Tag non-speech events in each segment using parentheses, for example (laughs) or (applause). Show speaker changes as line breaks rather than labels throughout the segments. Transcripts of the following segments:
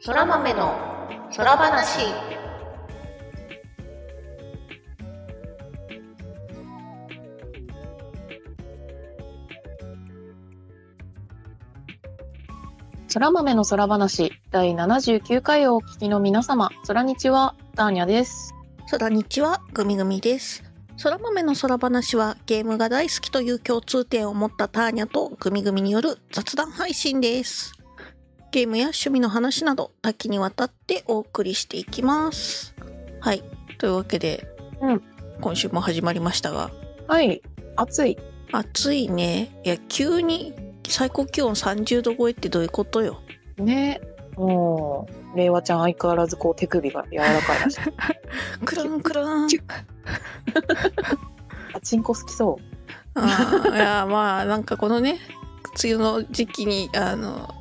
そら豆のそら話
そら豆の空話第79回をお聞きの皆様、そらにちは、ターニャです。
そらにちは、ぐみぐみです。そら豆の空話はゲームが大好きという共通点を持ったターニャとぐみぐみによる雑談配信です。ゲームや趣味の話など多岐にわたってお送りしていきます。はい。というわけで、
うん
今週も始まりましたが、
はい、暑い。
暑いね。いや、急に最高気温30度超えってどういうことよ。
ね。もう、令和ちゃん相変わらずこう手首が柔らかいらしい。 (laughs)
クルンクルン。
あ、チンコ好きそ
あーいやまあなんかこのね梅雨の時期にあの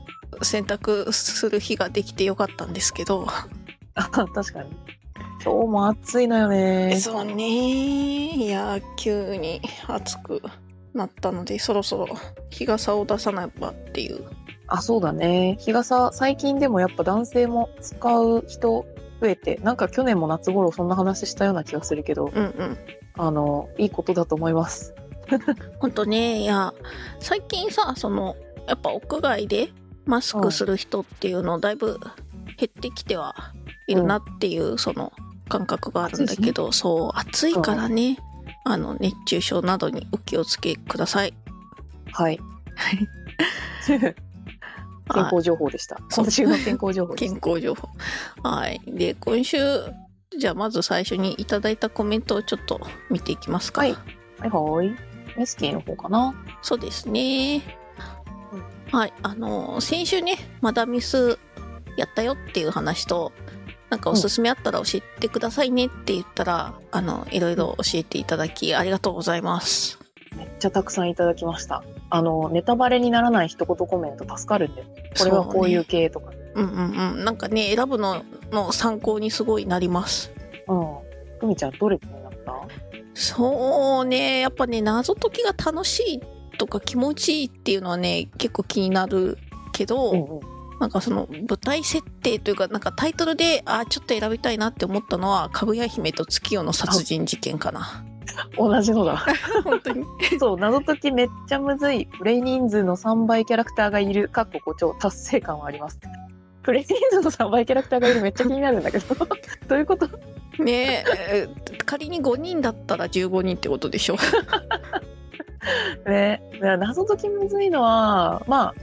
洗濯する日ができてよかったんですけど、
う。あ確かに。今日も暑いのよね。
そうねいや急に暑くなったのでそろそろ日傘を出さないばっていう
あ、そうだね。日傘、最近でもやっぱ男性も使う人増えて、なんか去年も夏頃そんな話したような気がするけど、
うんうん
あの、いいことだと思います。
ほんとねいや最近さそのやっぱ屋外でマスクする人っていうのだいぶ減ってきてはいるなっていう、その感覚があるんだけど、そう暑いからね、あの熱中症などにお気をつけください。
(laughs) はい。
はい
健康情報でした。
そう
今週の健康情報で
(laughs)
す
健。康情報。はい。で、今週、じゃあまず最初にいただいたコメントをちょっと見ていきますか。
はいはいはい。メスキーの方かな。
そうですね。はい。あの、先週ね、マダミスやったよっていう話と、なんかおすすめあったら教えてくださいねって言ったら、あの、いろいろ教えていただきありがとうございます。
めっちゃたくさんいただきました。あの、ネタバレにならない一言コメント助かるんだよ。これはこういう系とか。う
そうね。うんうんうん。なんかね、選ぶのの参考にすごいなります。
ん。ふみちゃん、どれ気になった
そうね、やっぱね、謎解きが楽しいとか気持ちいいっていうのはね、結構気になるけど、
うんうん。
なんかその舞台設定というか、なんかタイトルで、あ、ちょっと選びたいなって思ったのは、かぐや姫と月夜の殺人事件かな。
同じのだ。
(laughs) 本当に。
そう、謎解きめっちゃむずい。プレイ人数の3倍キャラクターがいる。かっこ誇張。達成感はあ
(laughs)
ります。プレイ人数の3倍キャラクターがいる。めっちゃ気になるん
(laughs)
だけど。どういうこと
ねえ、え仮に5人だったら15人ってことでしょ。 (laughs)
ね。だから謎解きむずいのは、ま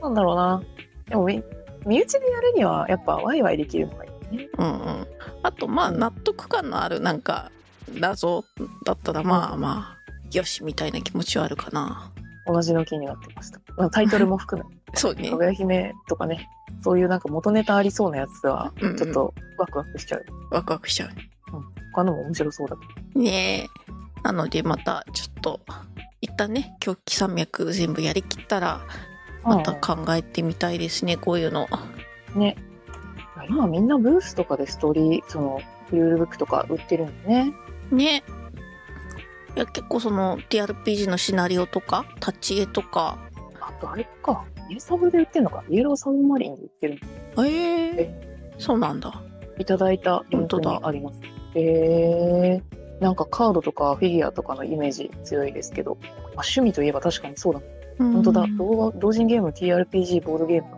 あ、なんだろうな。でもみ、身内でやるには、やっぱワイワイできるのがいいね。
うんうん。あと、まあ、納得感のある、なんか、謎だったら、まあまあ、よし、みたいな気持ちはあるかな。
同じの気になってました。まあタイトルも含め。
そうね
か。ぐや姫とかねそういうなんか元ネタありそうなやつは
うんうん
ちょっとワクワクしちゃう、
ワクワクしちゃう。
他のも面白そうだけど
ねえ。なのでまたちょっと、一旦ね、狂気山脈全部やりきったら、また考えてみたいですね、こういうの。
ね今みんなブースとかでストーリーそのルールブックとか売ってるんでね
ねいや、結構その TRPG のシナリオとか、立ち絵とか、
あとあれかイエサブで売ってるのかイエローサブマリンで売ってるの
ええそうなんだ。
いただいたリンクにありますへえー、なんかカードとかフィギュアとかのイメージ強いですけど、まあ、趣味といえば確かにそうだ本当だ
うん
動画同人ゲーム TRPG ボードゲーム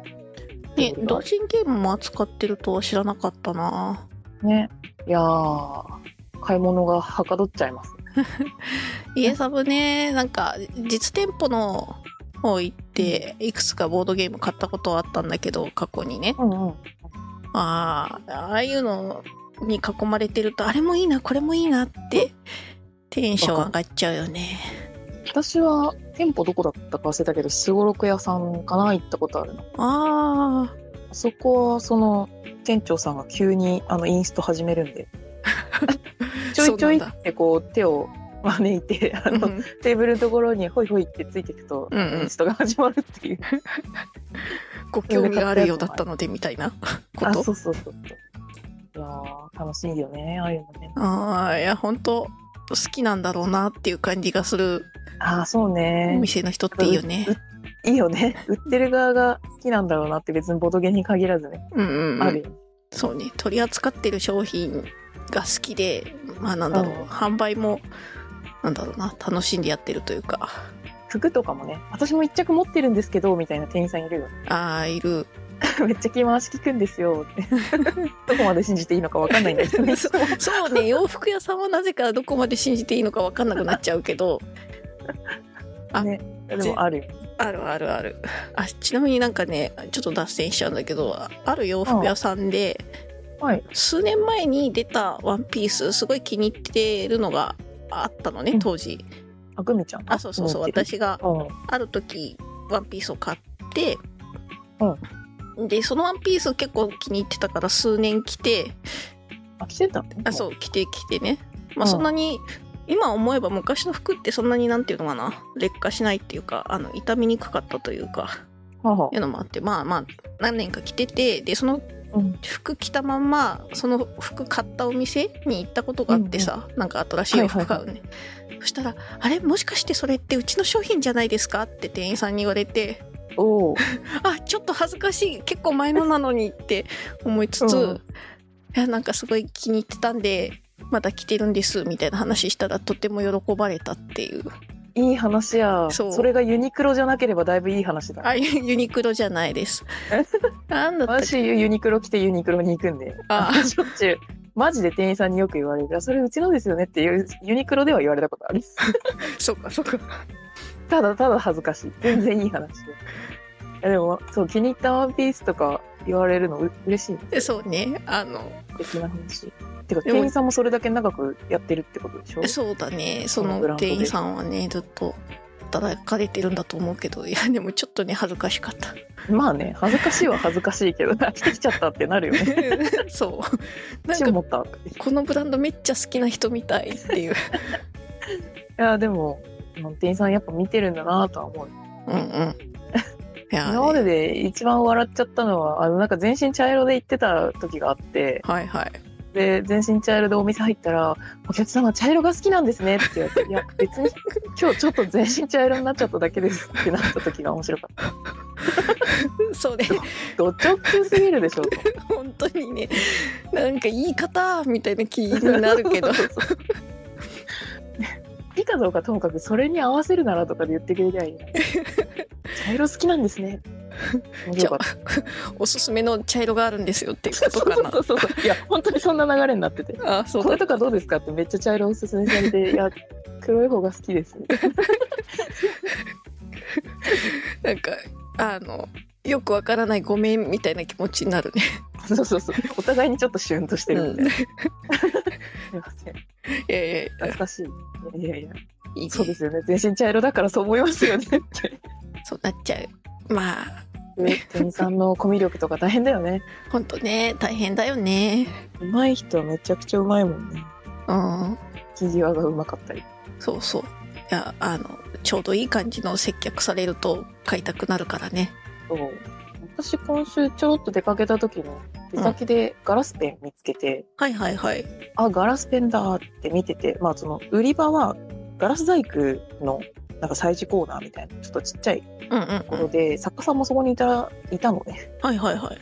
ね、同人ゲームも扱ってるとは知らなかったな。
ね。いやー、買い物がはかどっちゃいます。
家サブね、なんか、実店舗の方行って、いくつかボードゲーム買ったことはあったんだけど、過去にね。
うんうん。
ああ、ああいうのに囲まれてると、あれもいいな、これもいいなって、テンション上がっちゃうよね。
私は店舗どこだったか忘れたけど、すごろく屋さんかな行ったことあるの。
ああ、
そこは、その、店長さんが急にあのインスト始めるんで、ちょいちょいってこう手を招いて、あ
そうな
の
んだ。
テーブルのところにホイホイってついていくと、
うんうん
インストが始まるっていう。
ご興味があるようだったので、みたいなこ
あ、
と。
そうそうそうそう。いやー、楽しいよね、ああいうのね。
ああ、いや、本当好きなんだろうなっていう感じがする
ああ、そう
お
ね。
店の人っていいよね。
いいよね売ってる側が好きなんだろうなって別にボドゲに限らずね、
うんうんうん
あるよね
そうね取り扱ってる商品が好きでまあなんだろう、
うん
販売もなんだろうな楽しんでやってるというか
服とかもね私も一着持ってるんですけどみたいな店員さんいるよ
ああいる
(laughs) めっちゃ着回し聞くんですよ (laughs) ってどこまで信じていいのかわかんないんだけど
(laughs)
ね
そそうね洋服屋さんはなぜかどこまで信じていいのか分かんなくなっちゃうけ (laughs) どあ
ねでもあるよ
あるあるあるあちなみになんかねちょっと脱線しちゃうんだけどある洋服屋さんで、
はい
数年前に出たワンピースすごい気に入ってるのがあったのね
うん
当時、
あぐみちゃん
あそうそうそう
持ってる
私が
うん
ある時ワンピースを買って、
う
でそのワンピース結構気に入ってたから数年着て
あ着てたって
あそうう着て着てねまあ
うん
そんなに、今思えば昔の服ってそんなになんていうのかな劣化しないっていうかあの傷みにくかったというか
はは
いうのもあってまあまあ何年か着ててでその
うん
服着たまんまその服買ったお店に行ったことがあってさ、なんか新しい洋服買うね、そしたら「あれもしかしてそれってうちの商品じゃないですか?」って店員さんに言われて
おお
「あちょっと恥ずかしい結構前のなのに」って思いつつ、
うん
いやなんかすごい気に入ってたんでまだ着てるんですみたいな話したらとても喜ばれたっていう
いい話や
そ
そうれがユニクロじゃなければだいぶいい話だ
あユニクロじゃないです
(laughs)
なんだったっけ
私ユニクロ着てユニクロに行くんで
あ
しょっちゅうマジで店員さんによく言われるあそれうちのですよねっていうユニクロでは言われたことある
(laughs) そうかそうか
ただただ恥ずかしい全然いい話ででもそう気に入ったワンピースとか言われるのう嬉しいね
そうねあの
素敵な話てか
でも
店員さんもそれだけ長くやってるってことでしょ
そうだねそ
そのブ
の
ランドで
店員さんはねずっと働かれてるんだと思うけどいやでもちょっとね恥ずかしかった
(laughs) まあね恥ずかしいは恥ずかしいけど飽きてきちゃったってなるよね
そう (laughs) なん
私も
か
持った
このブランドめっちゃ好きな人みたいって
(laughs)
いう
いやでもうん店員さんやっぱ見てるんだなとは思う
うんうんいやね
今までで一番笑っちゃったのはあのなんか全身茶色で行ってた時があって
はいはい
で全身茶色でお店入ったら「お客様茶色が好きなんですね」って言われて「いや別に (laughs) 今日ちょっと全身茶色になっちゃっただけです」ってなった時が面白かった
そうね
ド直球すぎるでしょと
本当にねなんか言い方みたいな気に (laughs) なるけど
そうそう (laughs) いいかどうかともかくそれに合わせるならとかで言ってくれりゃいい
(laughs)
のに茶色好きなんですね面白かった
おすすめの茶色があるんですよっていうことかな
そうそうそうそういや本当にそんな流れになってて
あそう
こ
だ
れとかどうですかってめっちゃ茶色おすすめされて、いや、黒い方が好きです。
なんかあのよくわからないごめんみたいな気持ちになるね
そうそうそう。お互いにちょっとシュンとしてるみたいな。すいません。
(laughs) いやいやいや
懐かしい。いやいやいや。
いいね
そうですよね。全身茶色だからそう思いますよねって。
そうなっちゃうまあ
店員さんのコミュ力とか大変だよね。
ほんとね大変だよね
うまい人はめちゃくちゃうまいもんね。
うん
木際がうまかったり。
そうそういやあのちょうどいい感じの接客されると買いたくなるからね
そう。私今週ちょろっと出かけた時に出先でガラスペン見つけて、
はいはいはい
あガラスペンだって見てて、まあ、その売り場はガラス細工のなんか催事コーナーみたいなちょっとちっちゃい
うんうん、
とこ
う
ろ
ん、
で、作家さんもそこにいたいたのね
はいはいはい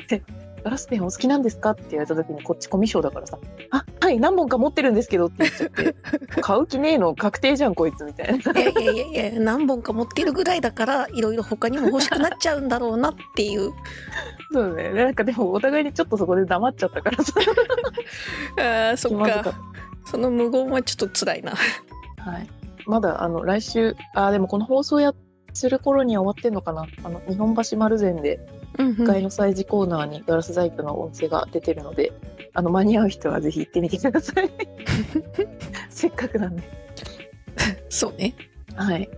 ガラスペンお好きなんですかって言われた時にこっちコミュ障だからさ「あはい何本か持ってるんですけど」って言っちゃって (laughs) 買う気ねえの確定じゃんこいつみたいな
いやいやいやいや何本か持ってるぐらいだからいろいろ他にも欲しくなっちゃうんだろうなっていう
そうねなんかでもお互いにちょっとそこで黙っちゃったからさ
あーそ
気
っ
まずかっ
かその無言はちょっと辛いな
た、はい、まだあの来週あでもこの放送やする頃には終わってんのかなあの日本橋丸善で
うん、
1階の催事コーナーにガラス細工のお店が出てるので、あの間に合う人はぜひ行ってみてくださ
(laughs)
いせっかくなんで
そうね
はい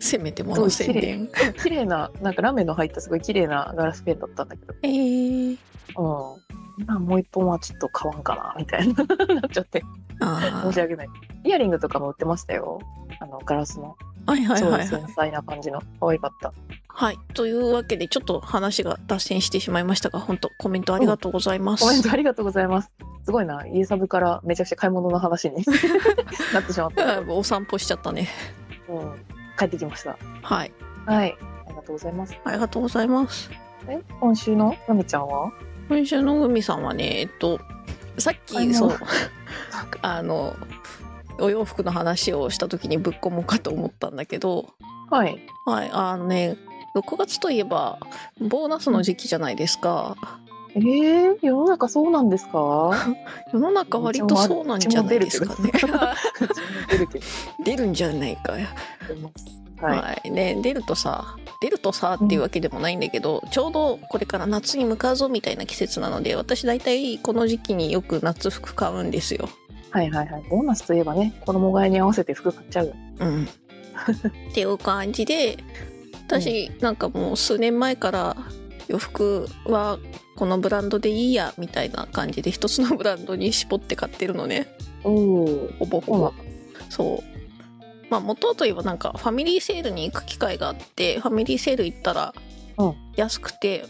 せめてもの宣伝
綺麗ななんかラメの入ったすごい綺麗なガラスペンだったんだけ
えー、
どうん今もう一本はちょっと買わんかなみたいな (laughs) なっちゃって
あ
申し
ー
訳ないイヤリングとかも売ってましたよあのガラスの
はいはい
すご
はいいはい
繊細な感じの可愛かった
はい。というわけで、ちょっと話が脱線してしまいましたが、本当コメントありがとうございます。
コメントありがとうございますすごいな家サブからめちゃくちゃ買い物の話に (laughs) なってしまっ
(laughs)
た、
あお散歩しちゃったね。
うん、帰ってきました
はい。
はい。ありがとうございます。
ありがとうございます。
え、今週のナミちゃんは
今週の海さんはね、えっと、さっ
あの
き、そう、 (laughs) あの、お洋服の話をした時にぶっ込もうかと思ったんだけど、
はい。
はい、あのね、6月といえば、ボーナスの時期じゃないですか。
えー、世の中そうなんですか
世の中割とそうなんじゃないです
(laughs)
かね。
出るけど。
(laughs) 出るんじゃないか。
出ますはい。
はい、ね、出るとさ、出るとさっていうわけでもないんだけど、ちょうどこれから夏に向かうぞみたいな季節なので、私大体この時期によく夏服買うんですよ。
はいはいはい。ボーナスといえばね、子供買いに合わせて服買っちゃうよ。
うん、っていう感じで私なんかもう数年前から洋服はこのブランドでいいやみたいな感じで一つのブランドに絞って買ってるのね
おお。
ほぼほ
そうな
ぼそうまあ元といえばなんかファミリーセールに行く機会があってファミリーセール行ったら
うん
安くて、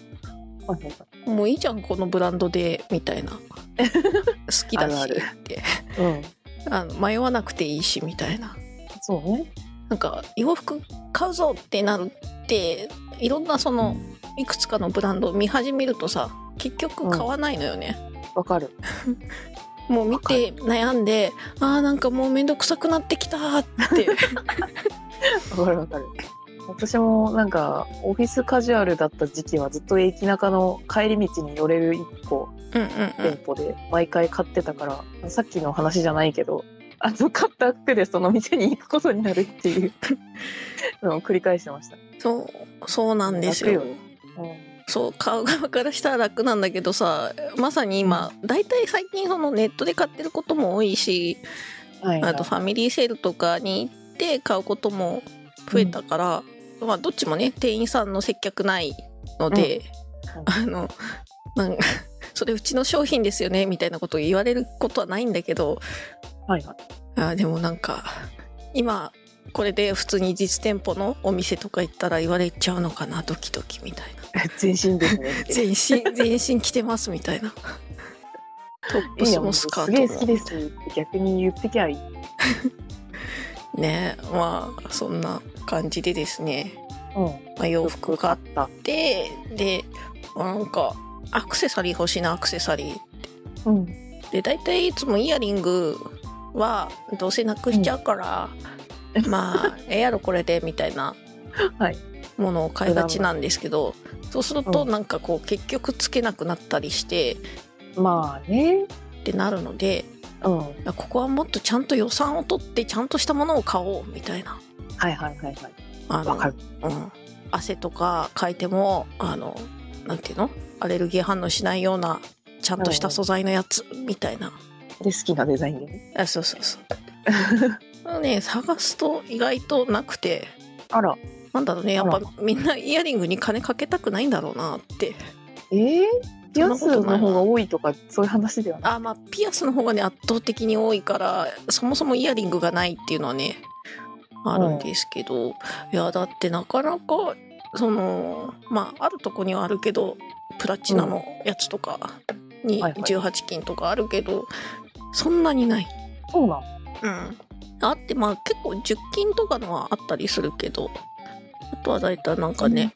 はいはいは
もういいじゃんこのブランドでみたい (laughs) な好きだし
ある
って
い。うん。
あの迷わなくていいしみたいな
そうね。
なんか洋服買うぞってなるっていろんなそのいくつかのブランドを見始めるとさ結局買わないのよね、
わかる。
もう見て悩んであーなんかもうめんどくさくなってきたーって (laughs)
わかるわかる。私もなんかオフィスカジュアルだった時期はずっと駅中の帰り道に寄れる一個
うんうんうん
店舗で毎回買ってたから、さっきの話じゃないけどあの買った服でその店に行くことになるっていうのを繰り返してました。
そうそうなんですよ
楽よ
そう買う側からしたら楽なんだけどさまさに今大体最近そのネットで買ってることも多いし
はいはい
あとファミリーセールとかに行って買うことも増えたから、まあどっちもね店員さんの接客ないので、あのなんかそれうちの商品ですよねみたいなことを言われることはないんだけど
はいはい
あーでもなんか今これで普通に実店舗のお店とか行ったら言われちゃうのかなドキドキみたいな
全身ですねっ
(laughs)
て。
全身全身着てますみたいな (laughs) トップ
い
ス
やも
も
う
ス
す
カートも
げえ好きですって逆に言ってきゃいい。
ねまあそんな感じでですね、
うん、
まあ、洋服買っ
あ
ででなんかアクセサリー欲しいなアクセサリ
うん、
ーで大体いつもイヤリングはどうせなくしちゃうから、
うん
まあええやろこれでみたいな
(laughs) はい
ものを買いがちなんですけどそうすると
う
なんかこう結局つけなくなったりして
まあね、
ってなるので
うん、はい
あここはもっとちゃんと予算を取ってちゃんとしたものを買おうみたいな。
はいはいはい
あの
わかる。
うん、汗とかかいてもあのなんていうのアレルギー反応しないようなちゃんとした素材のやつみたいな、
で好きなデザインで
(laughs)
ね。
あそうそうそうね探すと意外となくて
あら。
なんだろうねやっ
あ
ぱ
ら
みんなイヤリングに金かけたくないんだろうなって
えー、ピアス
そんなことな
の
い
方が多いとかそういう話ではない。
あまあピアスの方がね圧倒的に多いからそもそもイヤリングがないっていうのはねあるんですけど、いやだってなかなかそのまああるとこにはあるけどプラチナのやつとかに
はいはい
18金とかあるけど、そんなにない。
そうなの。
うん、あってまあ結構10金とかのはあったりするけどあとは大体なんかね、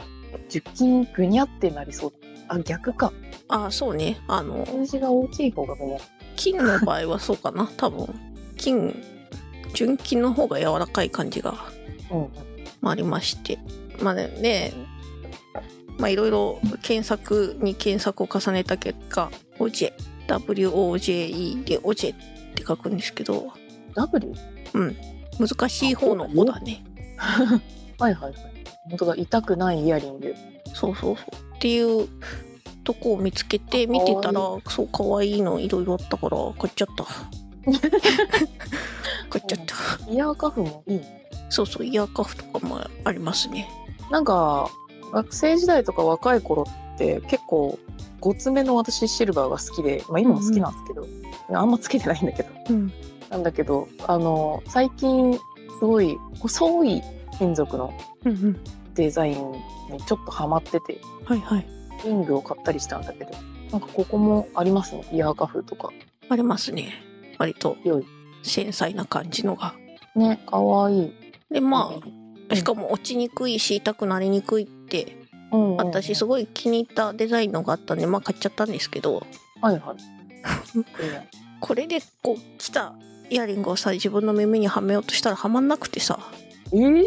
十金ぐにゃってなりそう。あ逆か。
あそうねあの
数字が大きい方がぐにゃ。
金の場合はそうかな多分金純金の方が柔らかい感じが
うん。
まあありましてまあねねまあいろいろ検索に検索を重ねた結果 OJ WOJE で OJ って書くんですけど
W。
難しい方の方だね
はいはいはい。本当だ痛くないイヤリング。
そうそうそうっていうとこを見つけて見てたらそう可愛いのいろいろあったから買っちゃった (laughs) 買っちゃった
イヤーカフもいいね。
そうそうイヤーカフとかもありますね
なんか学生時代とか若い頃って結構ごつめの私シルバーが好きで、まあ今も好きなんですけど、あんまつけてないんだけど。
うん
なんだけどあの最近すごい細い金属の
うんうん
デザインにちょっとハマってて。
はいはい
リングを買ったりしたんだけど、なんかここもありますね。イヤーカフとか。
ありますね割と
良い
繊細な感じのが
ね、かわいい。
でまあしかも落ちにくいし痛くなりにくいって
うんうんうん
私すごい気に入ったデザインのがあったんでまあ買っちゃったんですけど
はい (laughs) はい。いいね
これでこう来たイヤリングをさ自分の耳にはめようとしたらはまんなくてさ
えー、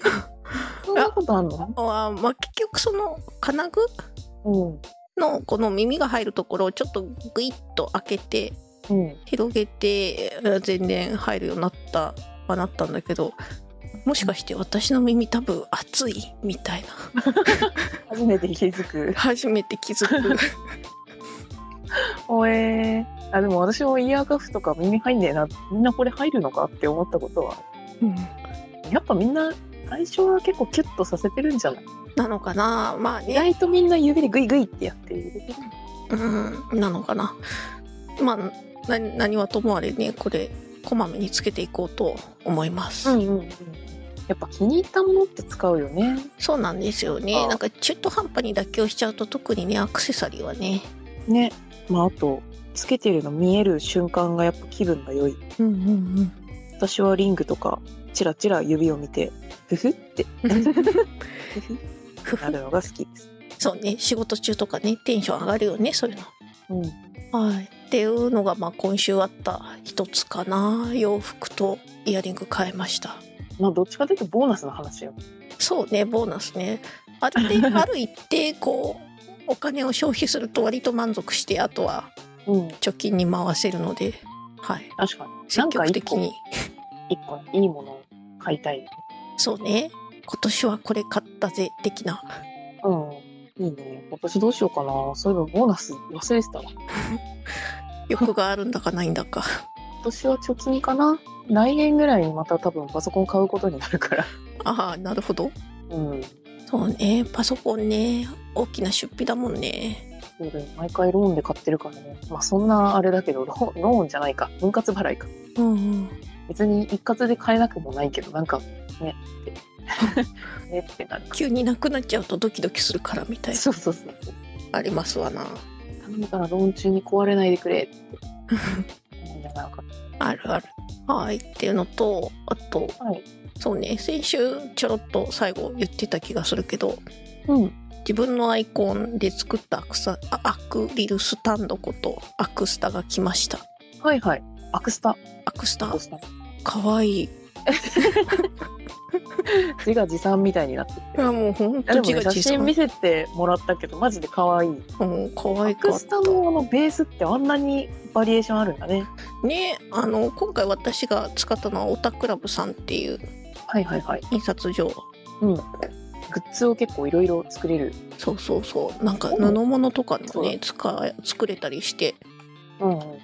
(laughs) そんなことあんの？
あーまあ結局その金具のこの耳が入るところをちょっとグイッと開けて
うんうん。
広げてえー全然入るようになったはなったんだけどもしかして私の耳多分熱いみたいな
初めて気づく。
初めて気づく
おえー。あでも私もイヤーカフとか耳入んねえな。みんなこれ入るのかって思ったことは、
うん
やっぱみんな最初は結構キュッとさせてるんじゃない？
なのかなまあ
意
ね、
外とみんな指でグイグイってやってる。
うん、なのかなまあな何はともあれねこれこまめにつけていこうと思います、
うんうんうん。やっぱ気に入ったものって使うよね。
そうなんですよね
あ
なんか中途半端に妥協しちゃうと特にねアクセサリーはね
ね。まああとつけてるの見える瞬間がやっぱ気分が良い。
うんうん
私はリングとかチラチラ指を見てふふってふふってなるのが好きです。
(laughs) そうね仕事中とかねテンション上がるよねそういうの
うん。
はい、っていうのがまあ今週あった一つかな洋服とイヤリング買いました
まあどっちかというとボーナスの話よ。
そうねボーナスねある程度ある一定こうお金を消費すると割と満足してあとは
うん。
貯金に回せるので、はい、
確かに。な
積
んか
極
一
的
個
に
一個ねいいものを買いたい。
そうね今年はこれ買ったぜ的な
うん。いいね。今年どうしようかな。そういえばボーナス忘れてたわ。
欲があるんだかないんだか (laughs)
今年は貯金かな。来年ぐらいにまた多分パソコン買うことになるから。
ああなるほど
うん。
そうねパソコンね大きな出費だもんね
そうだよ毎回ローンで買ってるからね。まあそんなあれだけどローンローンじゃないか。分割払いか。
うんうん
別に一括で買えなくもないけどなんかねって (laughs) ねってなる
急になくなっちゃうとドキドキするからみたいな
そうそうそうそう
ありますわな
頼むからローン中に壊れないでくれって思いながら買っ
(laughs) あるあるはいっていうのとあと
たはい
そうね先週ちょろっと最後言ってた気がするけど
うん
自分のアイコンで作ったアクサあアクリルスタンドことアクスタが来ました
はいはいアクスタ
アクス
ア
タ
クスタ
かわいい
字が持参みたいに (laughs) なって
いやもうほん
あで
と
も、
字
ね、
が
写
小さい
真見せてもらったけどマジで可愛い
うんかわ
ア
いか
ク
っ
スタの
た
あのベースってあんなにバリエーションあるんだね
ねあの今回私が使ったのはオタクラブさんっていう
はいはいはい
印刷所
うんグッズを結構いろいろ作れる
そうそうそうなんか
お
布物とかも
そう
ね使え作れたりして
うんうんうん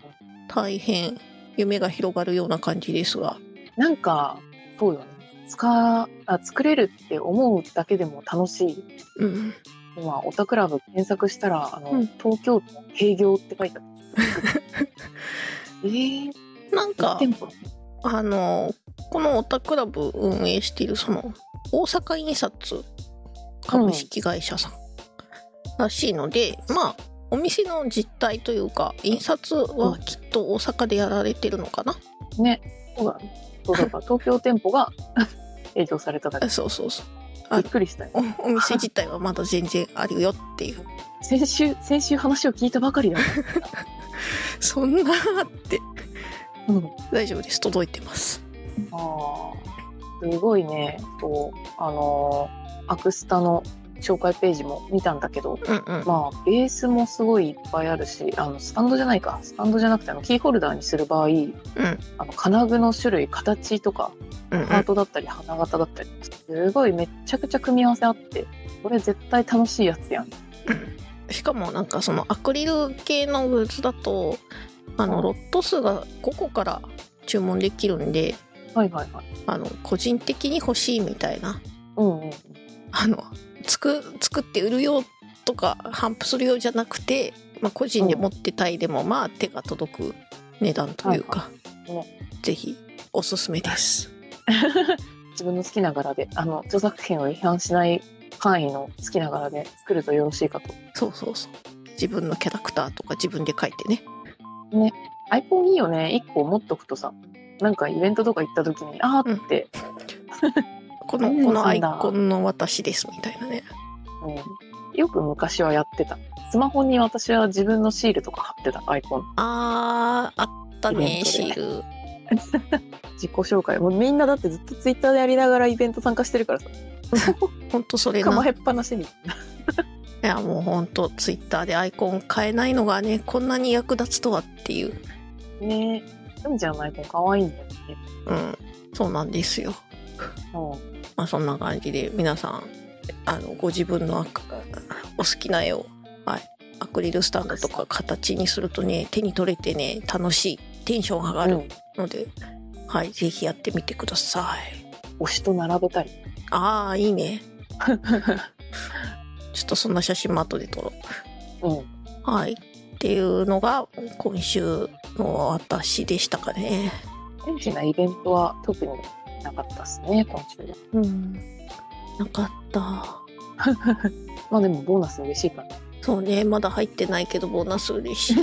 大変夢が広がるような感じですが
なんかそうよね使あ作れるって思うだけでも楽しい
うん
今オタクラブ検索したらあの、
うん
東京都営業って書いて
(laughs)
あるえー、
なん
1
か
店舗
あのこのオタクラブ運営しているその大阪印刷株式会社さんらしいので、まあお店の実態というか印刷はきっと大阪でやられてるのかな、
ねそうだねそうだから東京店舗が (laughs) 営業されただけ
そうそうそう
びっくりしたよ
おお店自体はまだ全然あるよっていう
先週先週話を聞いたばかりだ、
そんなあって
うん、
大丈夫です届いてます
あーすごいねそうあのーアクスタの紹介ページも見たんだけど
うんうん
まあ、ベースもすごいいっぱいあるしあのスタンドじゃないかスタンドじゃなくてあのキーホルダーにする場合
うん
あの金具の種類形とか
うんうん
ハートだったり花形だったりすごいめっちゃくちゃ組み合わせあってこれ絶対楽しいやつやん
しかもなんかそのアクリル系のグッズだとあ
う
の
ん
ロット数が5個から注文できるんで
はいはいはい
あの個人的に欲しいみたいな
うんうん
あの作作って売るよとか頒布するようじゃなくて、まあ、個人で持ってたいでも、まあ手が届く値段というか、
はいは
ぜひおすすめです。
自分の好きな柄であの著作権を違反しない範囲の好きな柄で作るとよろしいかと
そうそうそう自分のキャラクターとか自分で書いてね
アイコンいいよね1個持っとくとさなんかイベントとか行った時にあーって、
この
うん
このアイコンの私ですみたいなね
うんよく昔はやってた。スマホに私は自分のシールとか貼ってた、アイコン。
あーあったね
イベントで
シール
自己紹介。もうみんなだってずっとツイッターでやりながらイベント参加してるからさ、
ほんとそれな
構えっぱなしみたいな。
いやもうほんとツイッターでアイコン変えないのがねこんなに役立つとはっていう
ねえ。でもじゃんのアイコン可愛いんだよね。
うんそうなんですよ
うん
まあそんな感じで皆さんあのご自分のアクお好きな絵を、はい、アクリルスタンドとか形にするとね手に取れてね楽しいテンション上が
う
る
ん
ので、はいぜひやってみてください
推しと並べ (laughs) たり。
ああいいねちょっとそんな写真も後で撮ろ
うん。
うはいっていうのが今週の私でしたかね
元気なイベントは特になかったですね、今週は。
うんなかった
まあでもボーナス嬉しいから。
そうねまだ入ってないけどボーナス嬉
(laughs)
しい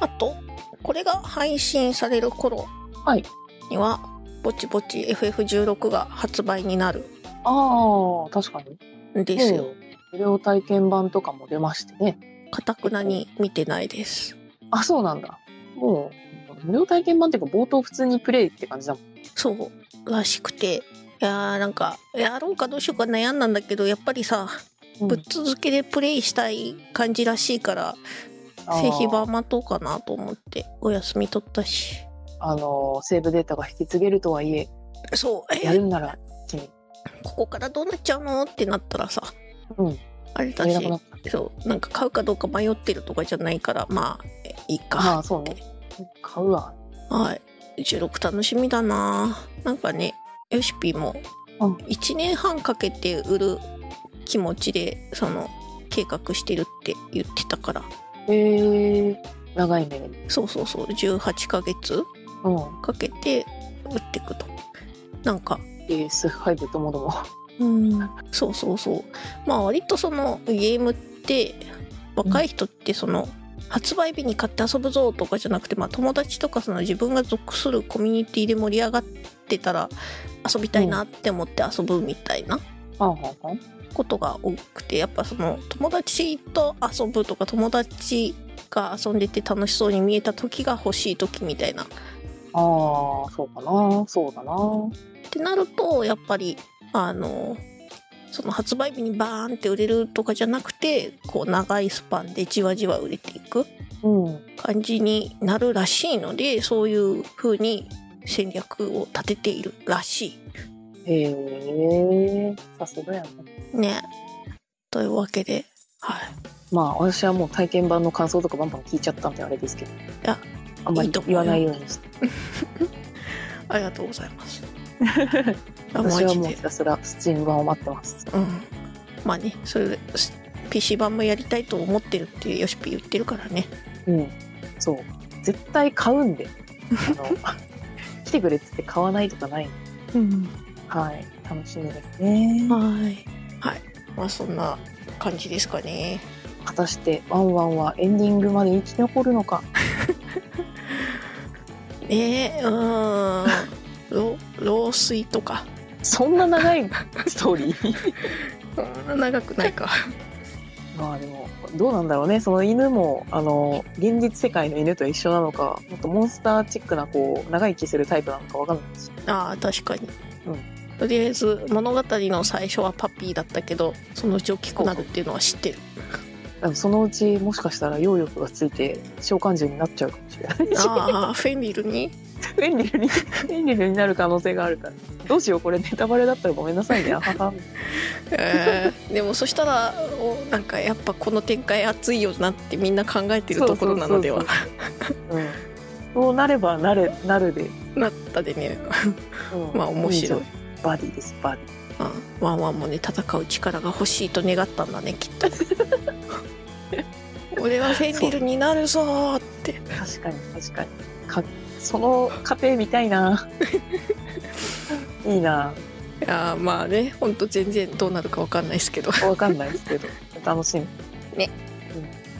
あとこれが配信される頃
はい
には、ぼちぼち FF16 が発売になる
ああ、確かに。
んですよ、
うん無料体験版とかも出ましてね。
かたくなに見てないです
あ、そうなんだ。もう、無料体験版っていうか冒頭普通にプレイって感じだもん。
そうらしくていやーなんかやろうかどうしようか悩んだんだけどやっぱりさ、
うん
ぶっ続けでプレイしたい感じらしいから製品版待とうかなと思ってお休み取ったし
あーあのー、セーブデータが引き継げるとはいえ、
(laughs) そう
やるんなら君、
ここからどうなっちゃうのってなったらさ、
うん
あれだ
やれな
し
くなっ
そうなんか買うかどうか迷ってるとかじゃないからまあえいい
た。まあ
か、
そうね。買うわ。
はい16楽しみだななんかねヨシピも
うん
1年半かけて売る気持ちでその計画してるって言ってたから
へえー、長い目で。
そうそうそう18ヶ月
うん。
かけて売ってくとなんか
PS5 ともども。 (laughs)
うん、そうそうそうまあ割とそのゲームって若い人ってその、発売日に買って遊ぶぞとかじゃなくて、まあ、友達とかその自分が属するコミュニティで盛り上がってたら遊びたいなって思って遊ぶみたいな
はんはんはん。
ことが多くてやっぱその友達と遊ぶとか友達が遊んでて楽しそうに見えた時が欲しい時みたいな
ああ、そうかな。そうだな。
ってなるとやっぱりあのその発売日にバーンって売れるとかじゃなくてこう長いスパンでじわじわ売れていく
うん。
感じになるらしいのでそういう風に戦略を立てているらし
へえ、さすがやね。
いね。というわけで、はい、
まあ私はもう体験版の感想とかバンバン聞いちゃったんであれですけど。い
や、
あんま
いい
り
と思う
言
よ
わないようにして。
ありがとうござい
(laughs)
ます。あマ
私は
ジ
もう
で
ひたすらスチーム版を待ってます。
うん、まあねそれ PC 版もやりたいと思ってるってよしぴ言ってるからね。
うん。そう。絶対買うんで。あの、 (laughs) 来てくれっつって買わないとかないん
う
で。
ん
はい。楽しみですね。
はい。はい。まあそんな感じですかね。
果たしてワンワンはエンディングまで生き残るのか。
ねえ、うーん。 (laughs) 老老衰とか。
そんな長
(laughs)
いストーリー。
そんな長くないか。
まあでもどうなんだろうねその犬もあの現実世界の犬と一緒なのかもっとモンスターチックなこう長生きするタイプなのかわかんないし
(laughs) ああ、確かに。
うん
とりあえず物語の最初はパピーだったけどそのうち大きくなるっていうのは知って (laughs) る
でもそのうちもしかしたら揚力がついて召喚獣になっちゃうかもしれないし
ああフェミルに
エンリルに (laughs) エンリルになる可能性があるからどうしようこれネタバレだったらごめんなさいねあはは
えー (laughs) でもそしたらおなんかやっぱこの展開熱いよなってみんな考えてるところなのでは
そううんそうなればなれなるで、
なったでね、
うん
まあ面白い
んバディですバディ
うん、ワンワンもね戦う力が欲しいと願ったんだねきっ (laughs) と俺はフェンリルになるぞーって
確かに確かにかその過程見たい (laughs) ないいない
やーまあねほんと全然どうなるかわかんないですけど
わかんないですけど、楽しみ。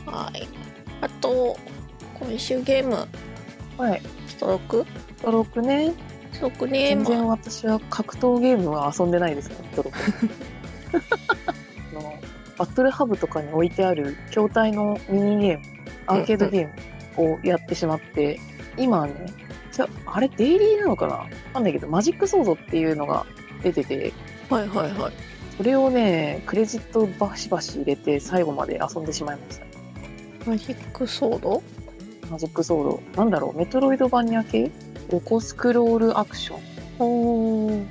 はいあと今週ゲーム
はい。
ストローク
登録ね。
そうね、
全
ま
然
あ、
私は格闘ゲームは遊んでないですねドロボンあのバトルハブとかに置いてある筐体のミニゲームアーケードゲームをやってしまって、今ねじゃあれデイリーなのかなわかんないけどマジックソードっていうのが出てて
はいはいはい
それをねクレジットバシバシ入れて最後まで遊んでしまいました
マジックソード
マジックソードなんだろうメトロイドバニア系横スクロールアクション
おー
も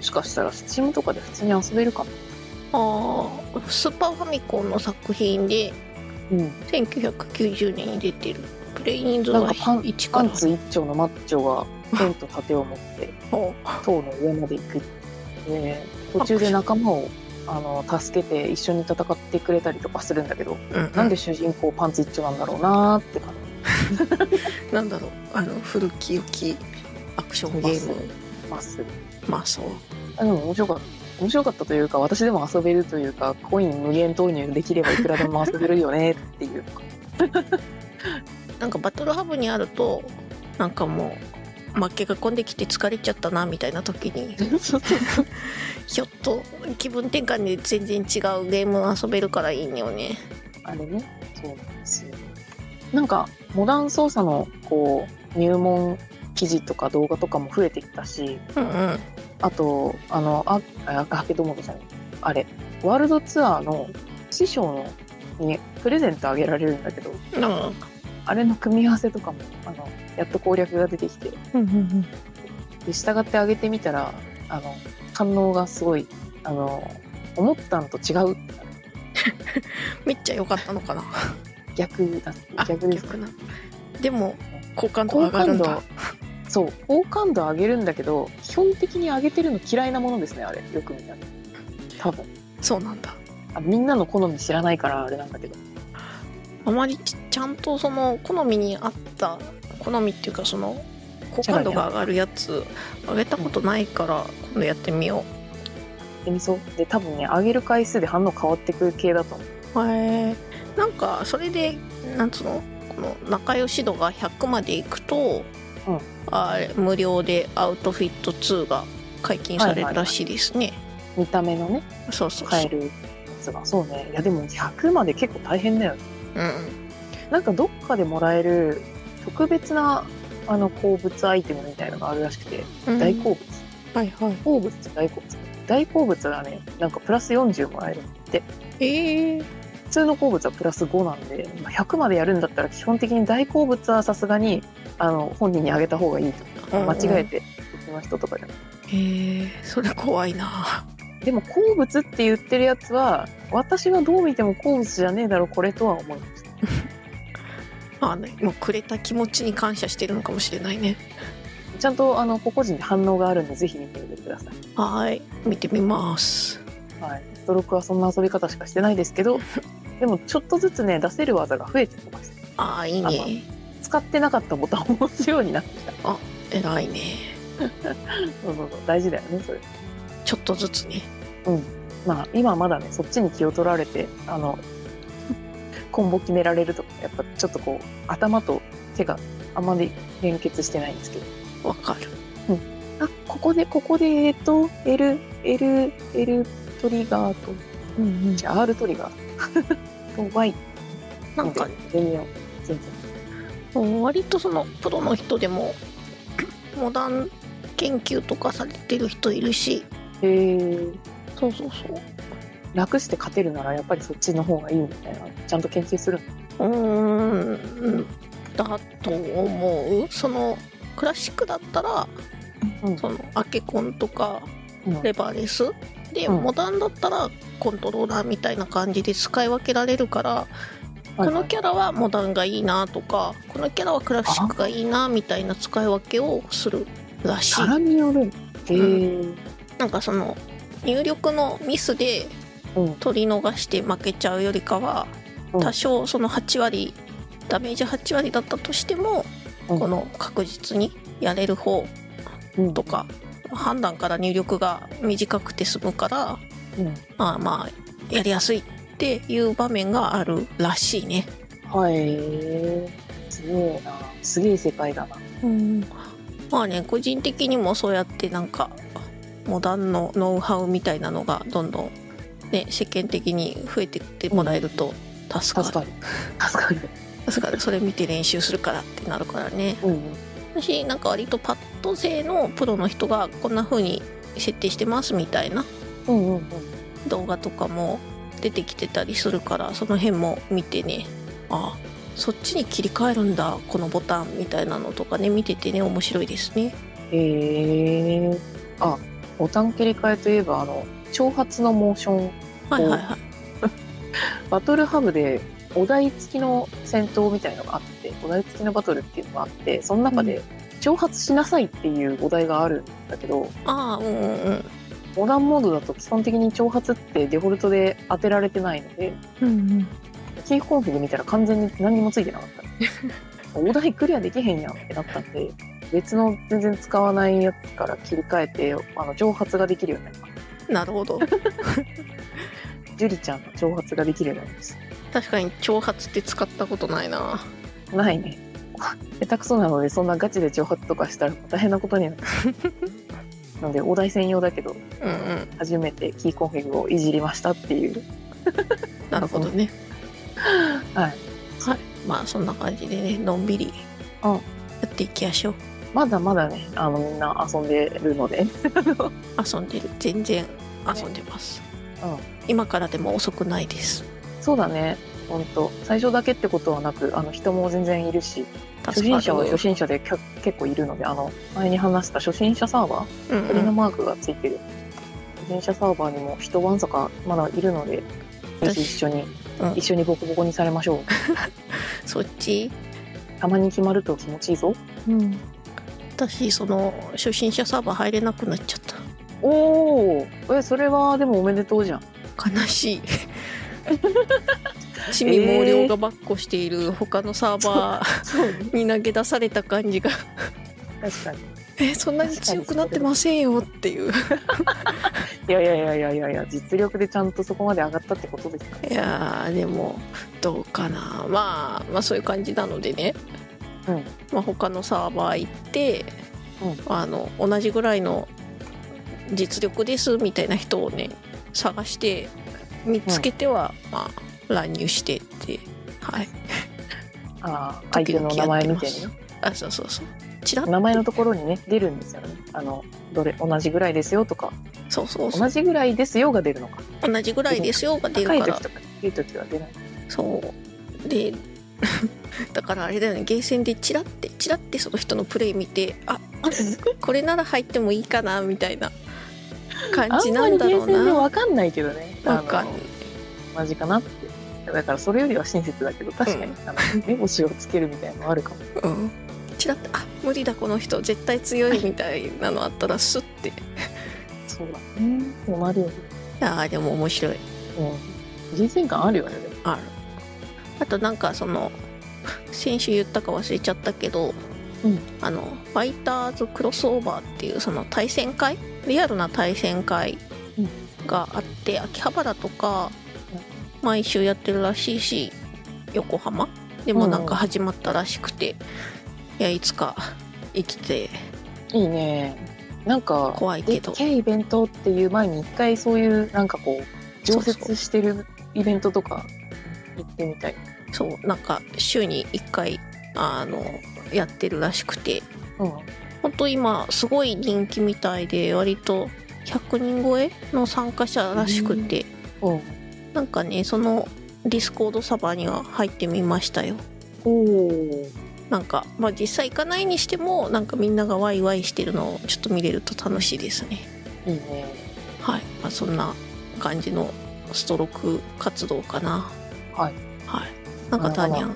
しかしたらスチームとかで普通に遊べるかも
あースーパーファミコンの作品で
うん
1990年に出てるプレイ人数
なん
が
かパン
1か
パ
ら
ンツ一丁のマッチョがペンと盾を持って
お
塔の上まで行くで途中で仲間をあの助けて一緒に戦ってくれたりとかするんだけど、
うん
なんで主人公パンツ一丁なんだろうなーって感
なんだろうあの古き良きアクションゲーム
じまする
まあそう
あでも面白かった面白かったというか私でも遊べるというかコイン無限投入できればいくらでも遊べるよねって
(laughs)
いうか
なんかバトルハブにあるとなんかもう負けが込んできて疲れちゃったなみたいな時に
そうそうそう
ひょっと気分転換で全然違うゲームを遊べるからいいのよね
あれねそうなんですよなんかモダン操作のこう入門記事とか動画とかも増えてきたし
うんうん
あと、あの、あ、あ、アーケードモードじゃない。あれ、ワールドツアーの師匠のにプレゼントあげられるんだけど、
うん
あれの組み合わせとかも、あの、やっと攻略が出てきて、
うんうん
で、従ってあげてみたら、あの、反応がすごい、あの、思ったんと違う、
めっちゃ良かったのかな
逆だって
あ
逆です。
逆なでも好感度上
好
がる
感
ん
度
だ、
そう、好感度上げるんだけど、基本的に上げてるの嫌いなものですね、あれ。よく見たら。多分。
そうなんだ
あみんなの好み知らないから、あれなんだけど。
あまりちちゃんとその好みに合った好みっていうかその好感度が上がるやつ上げたことないから今度やってみよ
でみそうで多分ね上げる回数で反応変わってくる系だと思う
うへえなんかそれでなんつうのこの仲良し度が100までいくと、
うん
あれ無料でアウトフィット2が解禁されるらしいですね、
見た目のね
そうそうそう、
変えるやつがそうねいやでも100まで結構大変だよね
うん
なんかどっかでもらえる特別なあの鉱物アイテムみたいのがあるらしくて
うん、
大好物
はいはい
鉱物って大好物大好物がねなんかプラス40もらえるって
ええ
普通の鉱物はプラス5なんで、まあ、100までやるんだったら基本的に大好物はさすがにあの本人にあげた方がいいと間違えて別の人とかじゃなくて
へえそれ怖いな (laughs)
でも鉱物って言ってるやつは私がどう見ても鉱物じゃねえだろこれとは思いました
まあねもうくれた気持ちに感謝してるのかもしれないね
ちゃんとあの個々人で反応があるんでぜひ見てみてください、
はい見てみます
はい、ストロークはそんな遊び方しかしてないですけど (laughs) でもちょっとずつね出せる技が増えてきました
ああいいね
使ってなかったボタンを押すようになってきた
偉いね
そうそうそう大事だよねそれ
ちょっとずつね
まあ今まだねそっちに気を取られてあのコンボ決められるとかやっぱちょっとこう頭と手があんまり連結してないんですけど
わかる
あここでここでえっと L, L, L トリガーと
うんうん
じゃあ R トリガー (laughs) と Y
なんか
全然全然
割とそのプロの人でもモダン研究とかされてる人いるし
へえ
そうそうそう
楽して勝てるならやっぱりそっちの方がいいみたいなちゃんと研究する
うーんだと思うそのクラシックだったら
うん
そのアケコンとか
うん
レバーレスで、
うん
モダンだったらコントローラーみたいな感じで使い分けられるからこのキャラはモダンがいいなとかこのキャラはクラシックがいいなみたいな使い分けをするらしい
キャラによるんだへえ
なんかその入力のミスで
うん
取り逃して負けちゃうよりかは
うん
多少その8割ダメージ8割だったとしても
うん
この確実にやれる方
うん
とか判断から入力が短くて済むから
うん
まあまあやりやすいっていう場面があるらしいね。
はいすげえなすげえ世界だな
うんまあね個人的にもそうやってなんかモダンのノウハウみたいなのがどんどん、ね、世間的に増えてってもらえると助かる
助かる助かる
助かるそれ見て練習するからってなるからね
うん
私なんか割とパッド製のプロの人がこんな風に設定してますみたいな
うんうんうん
動画とかも出てきてたりするからその辺も見てねあそっちに切り替えるんだこのボタンみたいなのとかね見ててね面白いですね
へえあボタン切り替えといえばあの挑発のモーション
はいはいはい
バトルハブでお題付きの戦闘みたいのがあってお題付きのバトルっていうのがあってその中で挑発しなさいっていうお題があるんだけど
ああうんうんうん
モダンモードだと基本的に挑発ってデフォルトで当てられてないので
うん
キーコンフィグ見たら完全に何にもついてなかったねお題クリアできへんやんってなったんで別の全然使わないやつから切り替えてあの蒸発ができるようになりまし
うん、なるほど (laughs)
たジュリちゃんの蒸発ができるようになりまし
確かに挑発って使ったことないな
たないね下手くそなのでそんなガチで蒸発とかしたら大変なことになるなのでお題専用だけど
うんうん
初めてキーコンフィグをいじりましたっていう
なるほどね
はい
はいまあそんな感じでねのんびり
うん
やっていきましょう
まだまだねあのみんな遊んでるので
遊んでる全然遊んでます、今からでも遅くないです
そうだね本当最初だけってことはなくあの人も全然いるし初
助か
心
る
者は初心者できゃ結構いるのであの前に話した初心者サーバー
うん
鳥
う
の
ん
マークがついてる、初心者サーバーにも一晩坂まだいるのでぜひ一緒に、
うん
一緒にボコボコにされましょう
そっち
たまに決まると気持ちいいぞ
うん私その初心者サーバー入れなくなっちゃった
おおえそれはでもおめでとうじゃん
悲し
(laughs)
い地味毛量がばっこしている他のサーバ
そうね
ーに投げ出された感じが
確かに
えそんなに強くなってませんよっていう
いやいやいやいやいやいや実力でちゃんとそこまで上がったってことですか
いやーでもどうかな、まあ、まあそういう感じなのでね、
うん
まあ、他のサーバー行って、
う
あの同じぐらいの実力ですみたいな人をね探して見つけては、まあ、乱入してってはい
ああ相手の名前見てね
時々あそうそうそうちらっと
名前のところにね出るんですよねあのどれ同じぐらいですよとか
そうそうそう
同じぐらいですよが出るのか
同じぐらいですよが出る
高
か
い
ら
時とか低い時は出ない
そうで (laughs) だからあれだよねゲーセンでチラってチラってその人のプレイ見てあ
(laughs)
これなら入ってもいいかなみたいな感
あ
じ
ん
な
まり
ん
ゲ
だろう
ーセンで
な
わかんないけどね
わかんない
あの同じかなってだからそれよりは親切だけど確かに、あの目星をつけるみたいなのあるかも
うんチラってあ無理だこの人絶対強いみたいなのあったらスッてい
そうだねそうなるよね
やーでも面白い
うんゲーセン感あるよねでも
あるあとなんかその先週言ったか忘れちゃったけど、
うん
あのファイターズクロスオーバーっていうその対戦会リアルな対戦会
うん
があって、秋葉原とか
うん
毎週やってるらしいし横浜でもなんか始まったらしくて、いやいつか生きて
いいねなんか
怖い
で
け
っ
ど
けえイベントっていう前に一回そういうなんかこう常設してるイベントとか行ってみたい
そうなんか週に1回あのやってるらしくて
うん
本当今すごい人気みたいで割と100人超えの参加者らしくて、
うん
なんかねそのディスコードサーバーには入ってみましたよ
おお
なんか、まあ、実際行かないにしてもなんかみんながワイワイしてるのをちょっと見れると楽しいですね
いいね
はい、まあ、そんな感じのストローク活動かな
はい、
はい、なんかターニャン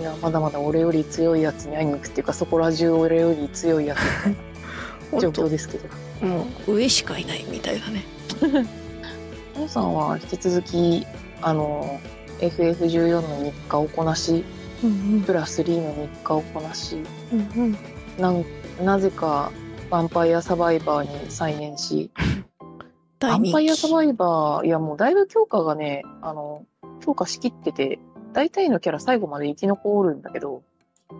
いやまだまだ俺より強いやつに会いに行くっていうかそこら中俺より強いやつの状
本
況
当
ですけど
もう上しかいないみたいなね
皆さんは引き続きあの FF14 の日課をこなし
うん
プラス3の日課をこなし
うんうんうん
なんなぜかヴァンパイアサバイバーに再燃しヴ
大
ァンパイ
人
アサ
気
バイバーいやもうだいぶ強化がねあの強化しきってて大体のキャラ最後まで生き残るんだけど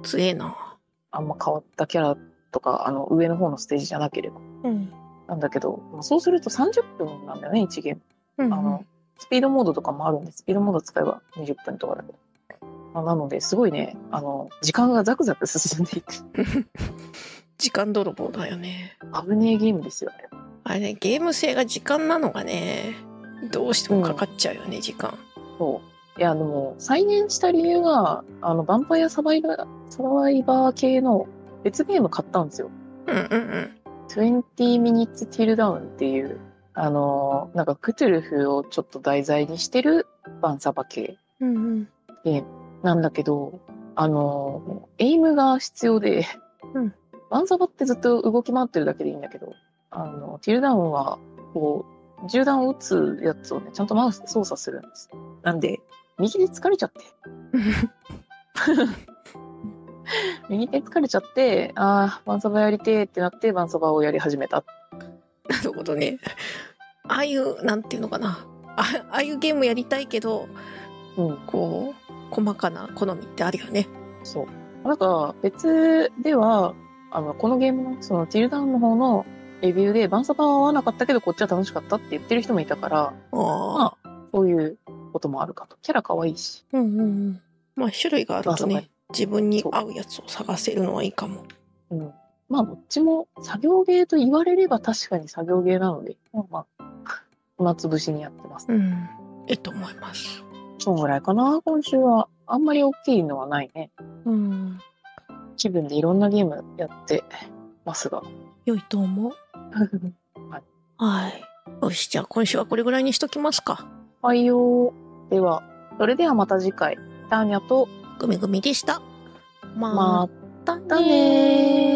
強えな
あんま変わったキャラとかあの上の方のステージじゃなければ
うん。
なんだけどまあそうすると30分なんだよね1ゲーム
うん
あのスピードモードとかもあるんでスピードモード使えば20分とかだけどまあなのですごいねあの時間がザクザク進んでいく
時間泥棒だよね。
危ねえゲームですよあれ
あれね、ゲーム性が時間なのがね、どうしてもかかっちゃうよね、時間。
そういやでも再現した理由があのヴァンパイアサバイバーサバイバー系の別ゲーム買ったんですよ
うんうん
20 Minutes Till Down っていう、あのーなんかクトゥルフをちょっと題材にしてるバンサバ系
うん。うん (laughs)
なんだけど、あのーエイムが必要で、
うん
バンサバってずっと動き回ってるだけでいいんだけど、あの、ティルダウンは、こう、銃弾を撃つやつをね、ちゃんとマウスで操作するんです。なんで、右で疲れちゃって、
うん。
右手疲れちゃって、ああ、バンサバやりてーってなって、バンサバをやり始めた。
なるほどね。ああいう、なんていうのかな。あああいうゲームやりたいけど、
うん。
こう、細かな好みってあるよね。
そう。なんか別では、あの、このゲームの、その、ティルダウンの方のレビューで、バンサバは合わなかったけど、こっちは楽しかったって言ってる人もいたから、
ああ。
そういうこともあるかと。キャラ可愛いし。
うんうんうん。まあ、種類があると
まあそう
ね、自分に合うやつを探せるのはいいかも。
うん。まあ、どっちも作業ゲーと言われれば確かに作業ゲーなので、まあまあ、暇つぶしにやってます。
うん。いいと思います。
そのぐらいかな、今週は。あんまり大きいのはないね。
うん。
気分でいろんなゲームやってますが。
良いと思う。はい。よし、じゃあ今週はこれぐらいにしときますか。
はいよー。では、それではまた次回。ターニャと、
グミグミでした。ま
ま
あ、また
たねー。